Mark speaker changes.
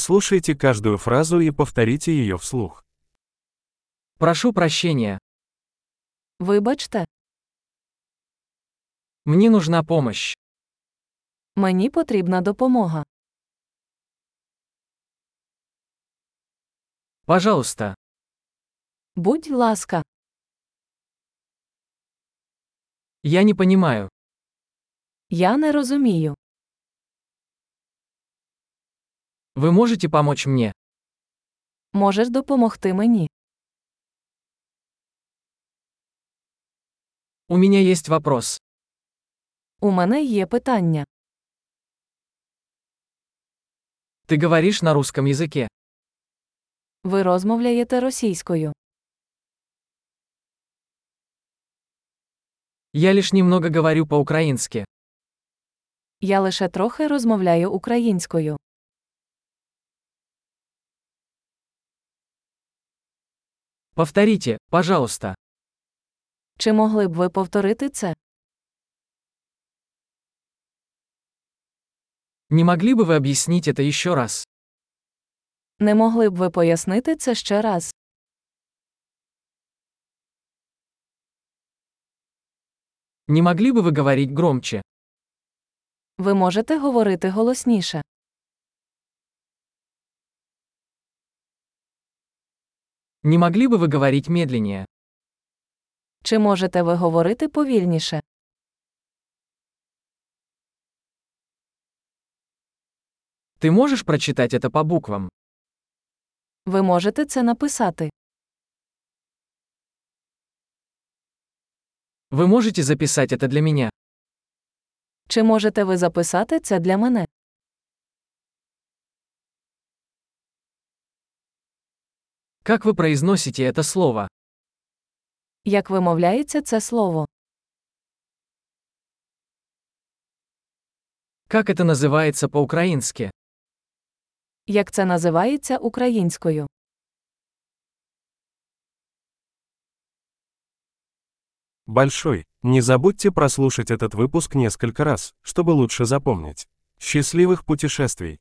Speaker 1: Прослушайте каждую фразу и повторите ее вслух.
Speaker 2: Прошу прощения.
Speaker 3: Вибачте,
Speaker 2: Мне нужна помощь.
Speaker 3: мені потрібна допомога.
Speaker 2: Пожалуйста.
Speaker 3: Будь ласка,
Speaker 2: Я не понимаю.
Speaker 3: я не розумію.
Speaker 2: Вы можете помочь мне?
Speaker 3: Можеш допомогти мені?
Speaker 2: У меня есть вопрос.
Speaker 3: У мене є питання.
Speaker 2: Ты говоришь на русском языке.
Speaker 3: Ви розмовляєте російською.
Speaker 2: Я лишь немного говорю по-украински.
Speaker 3: Я лише трохи розмовляю українською.
Speaker 2: Повторите, пожалуйста.
Speaker 3: Чи могли б ви повторити це?
Speaker 2: Не могли бы вы объяснить это еще раз?
Speaker 3: Не могли б ви пояснити це ще раз?
Speaker 2: Не могли бы вы говорить громче?
Speaker 3: Ви можете говорити голосніше.
Speaker 2: Не могли бы вы говорить медленнее?
Speaker 3: Чи можете ви говорити повільніше?
Speaker 2: Ты можешь прочитать это по буквам?
Speaker 3: Ви можете це написати.
Speaker 2: Вы можете записать это для меня?
Speaker 3: Чи можете ви записати це для мене?
Speaker 2: Как вы произносите это слово?
Speaker 3: Як вимовляється це слово?
Speaker 2: Как это называется по-украински?
Speaker 3: Як це називається українською?
Speaker 1: Большой. Не забудьте прослушать этот выпуск несколько раз, чтобы лучше запомнить. Счастливых путешествий!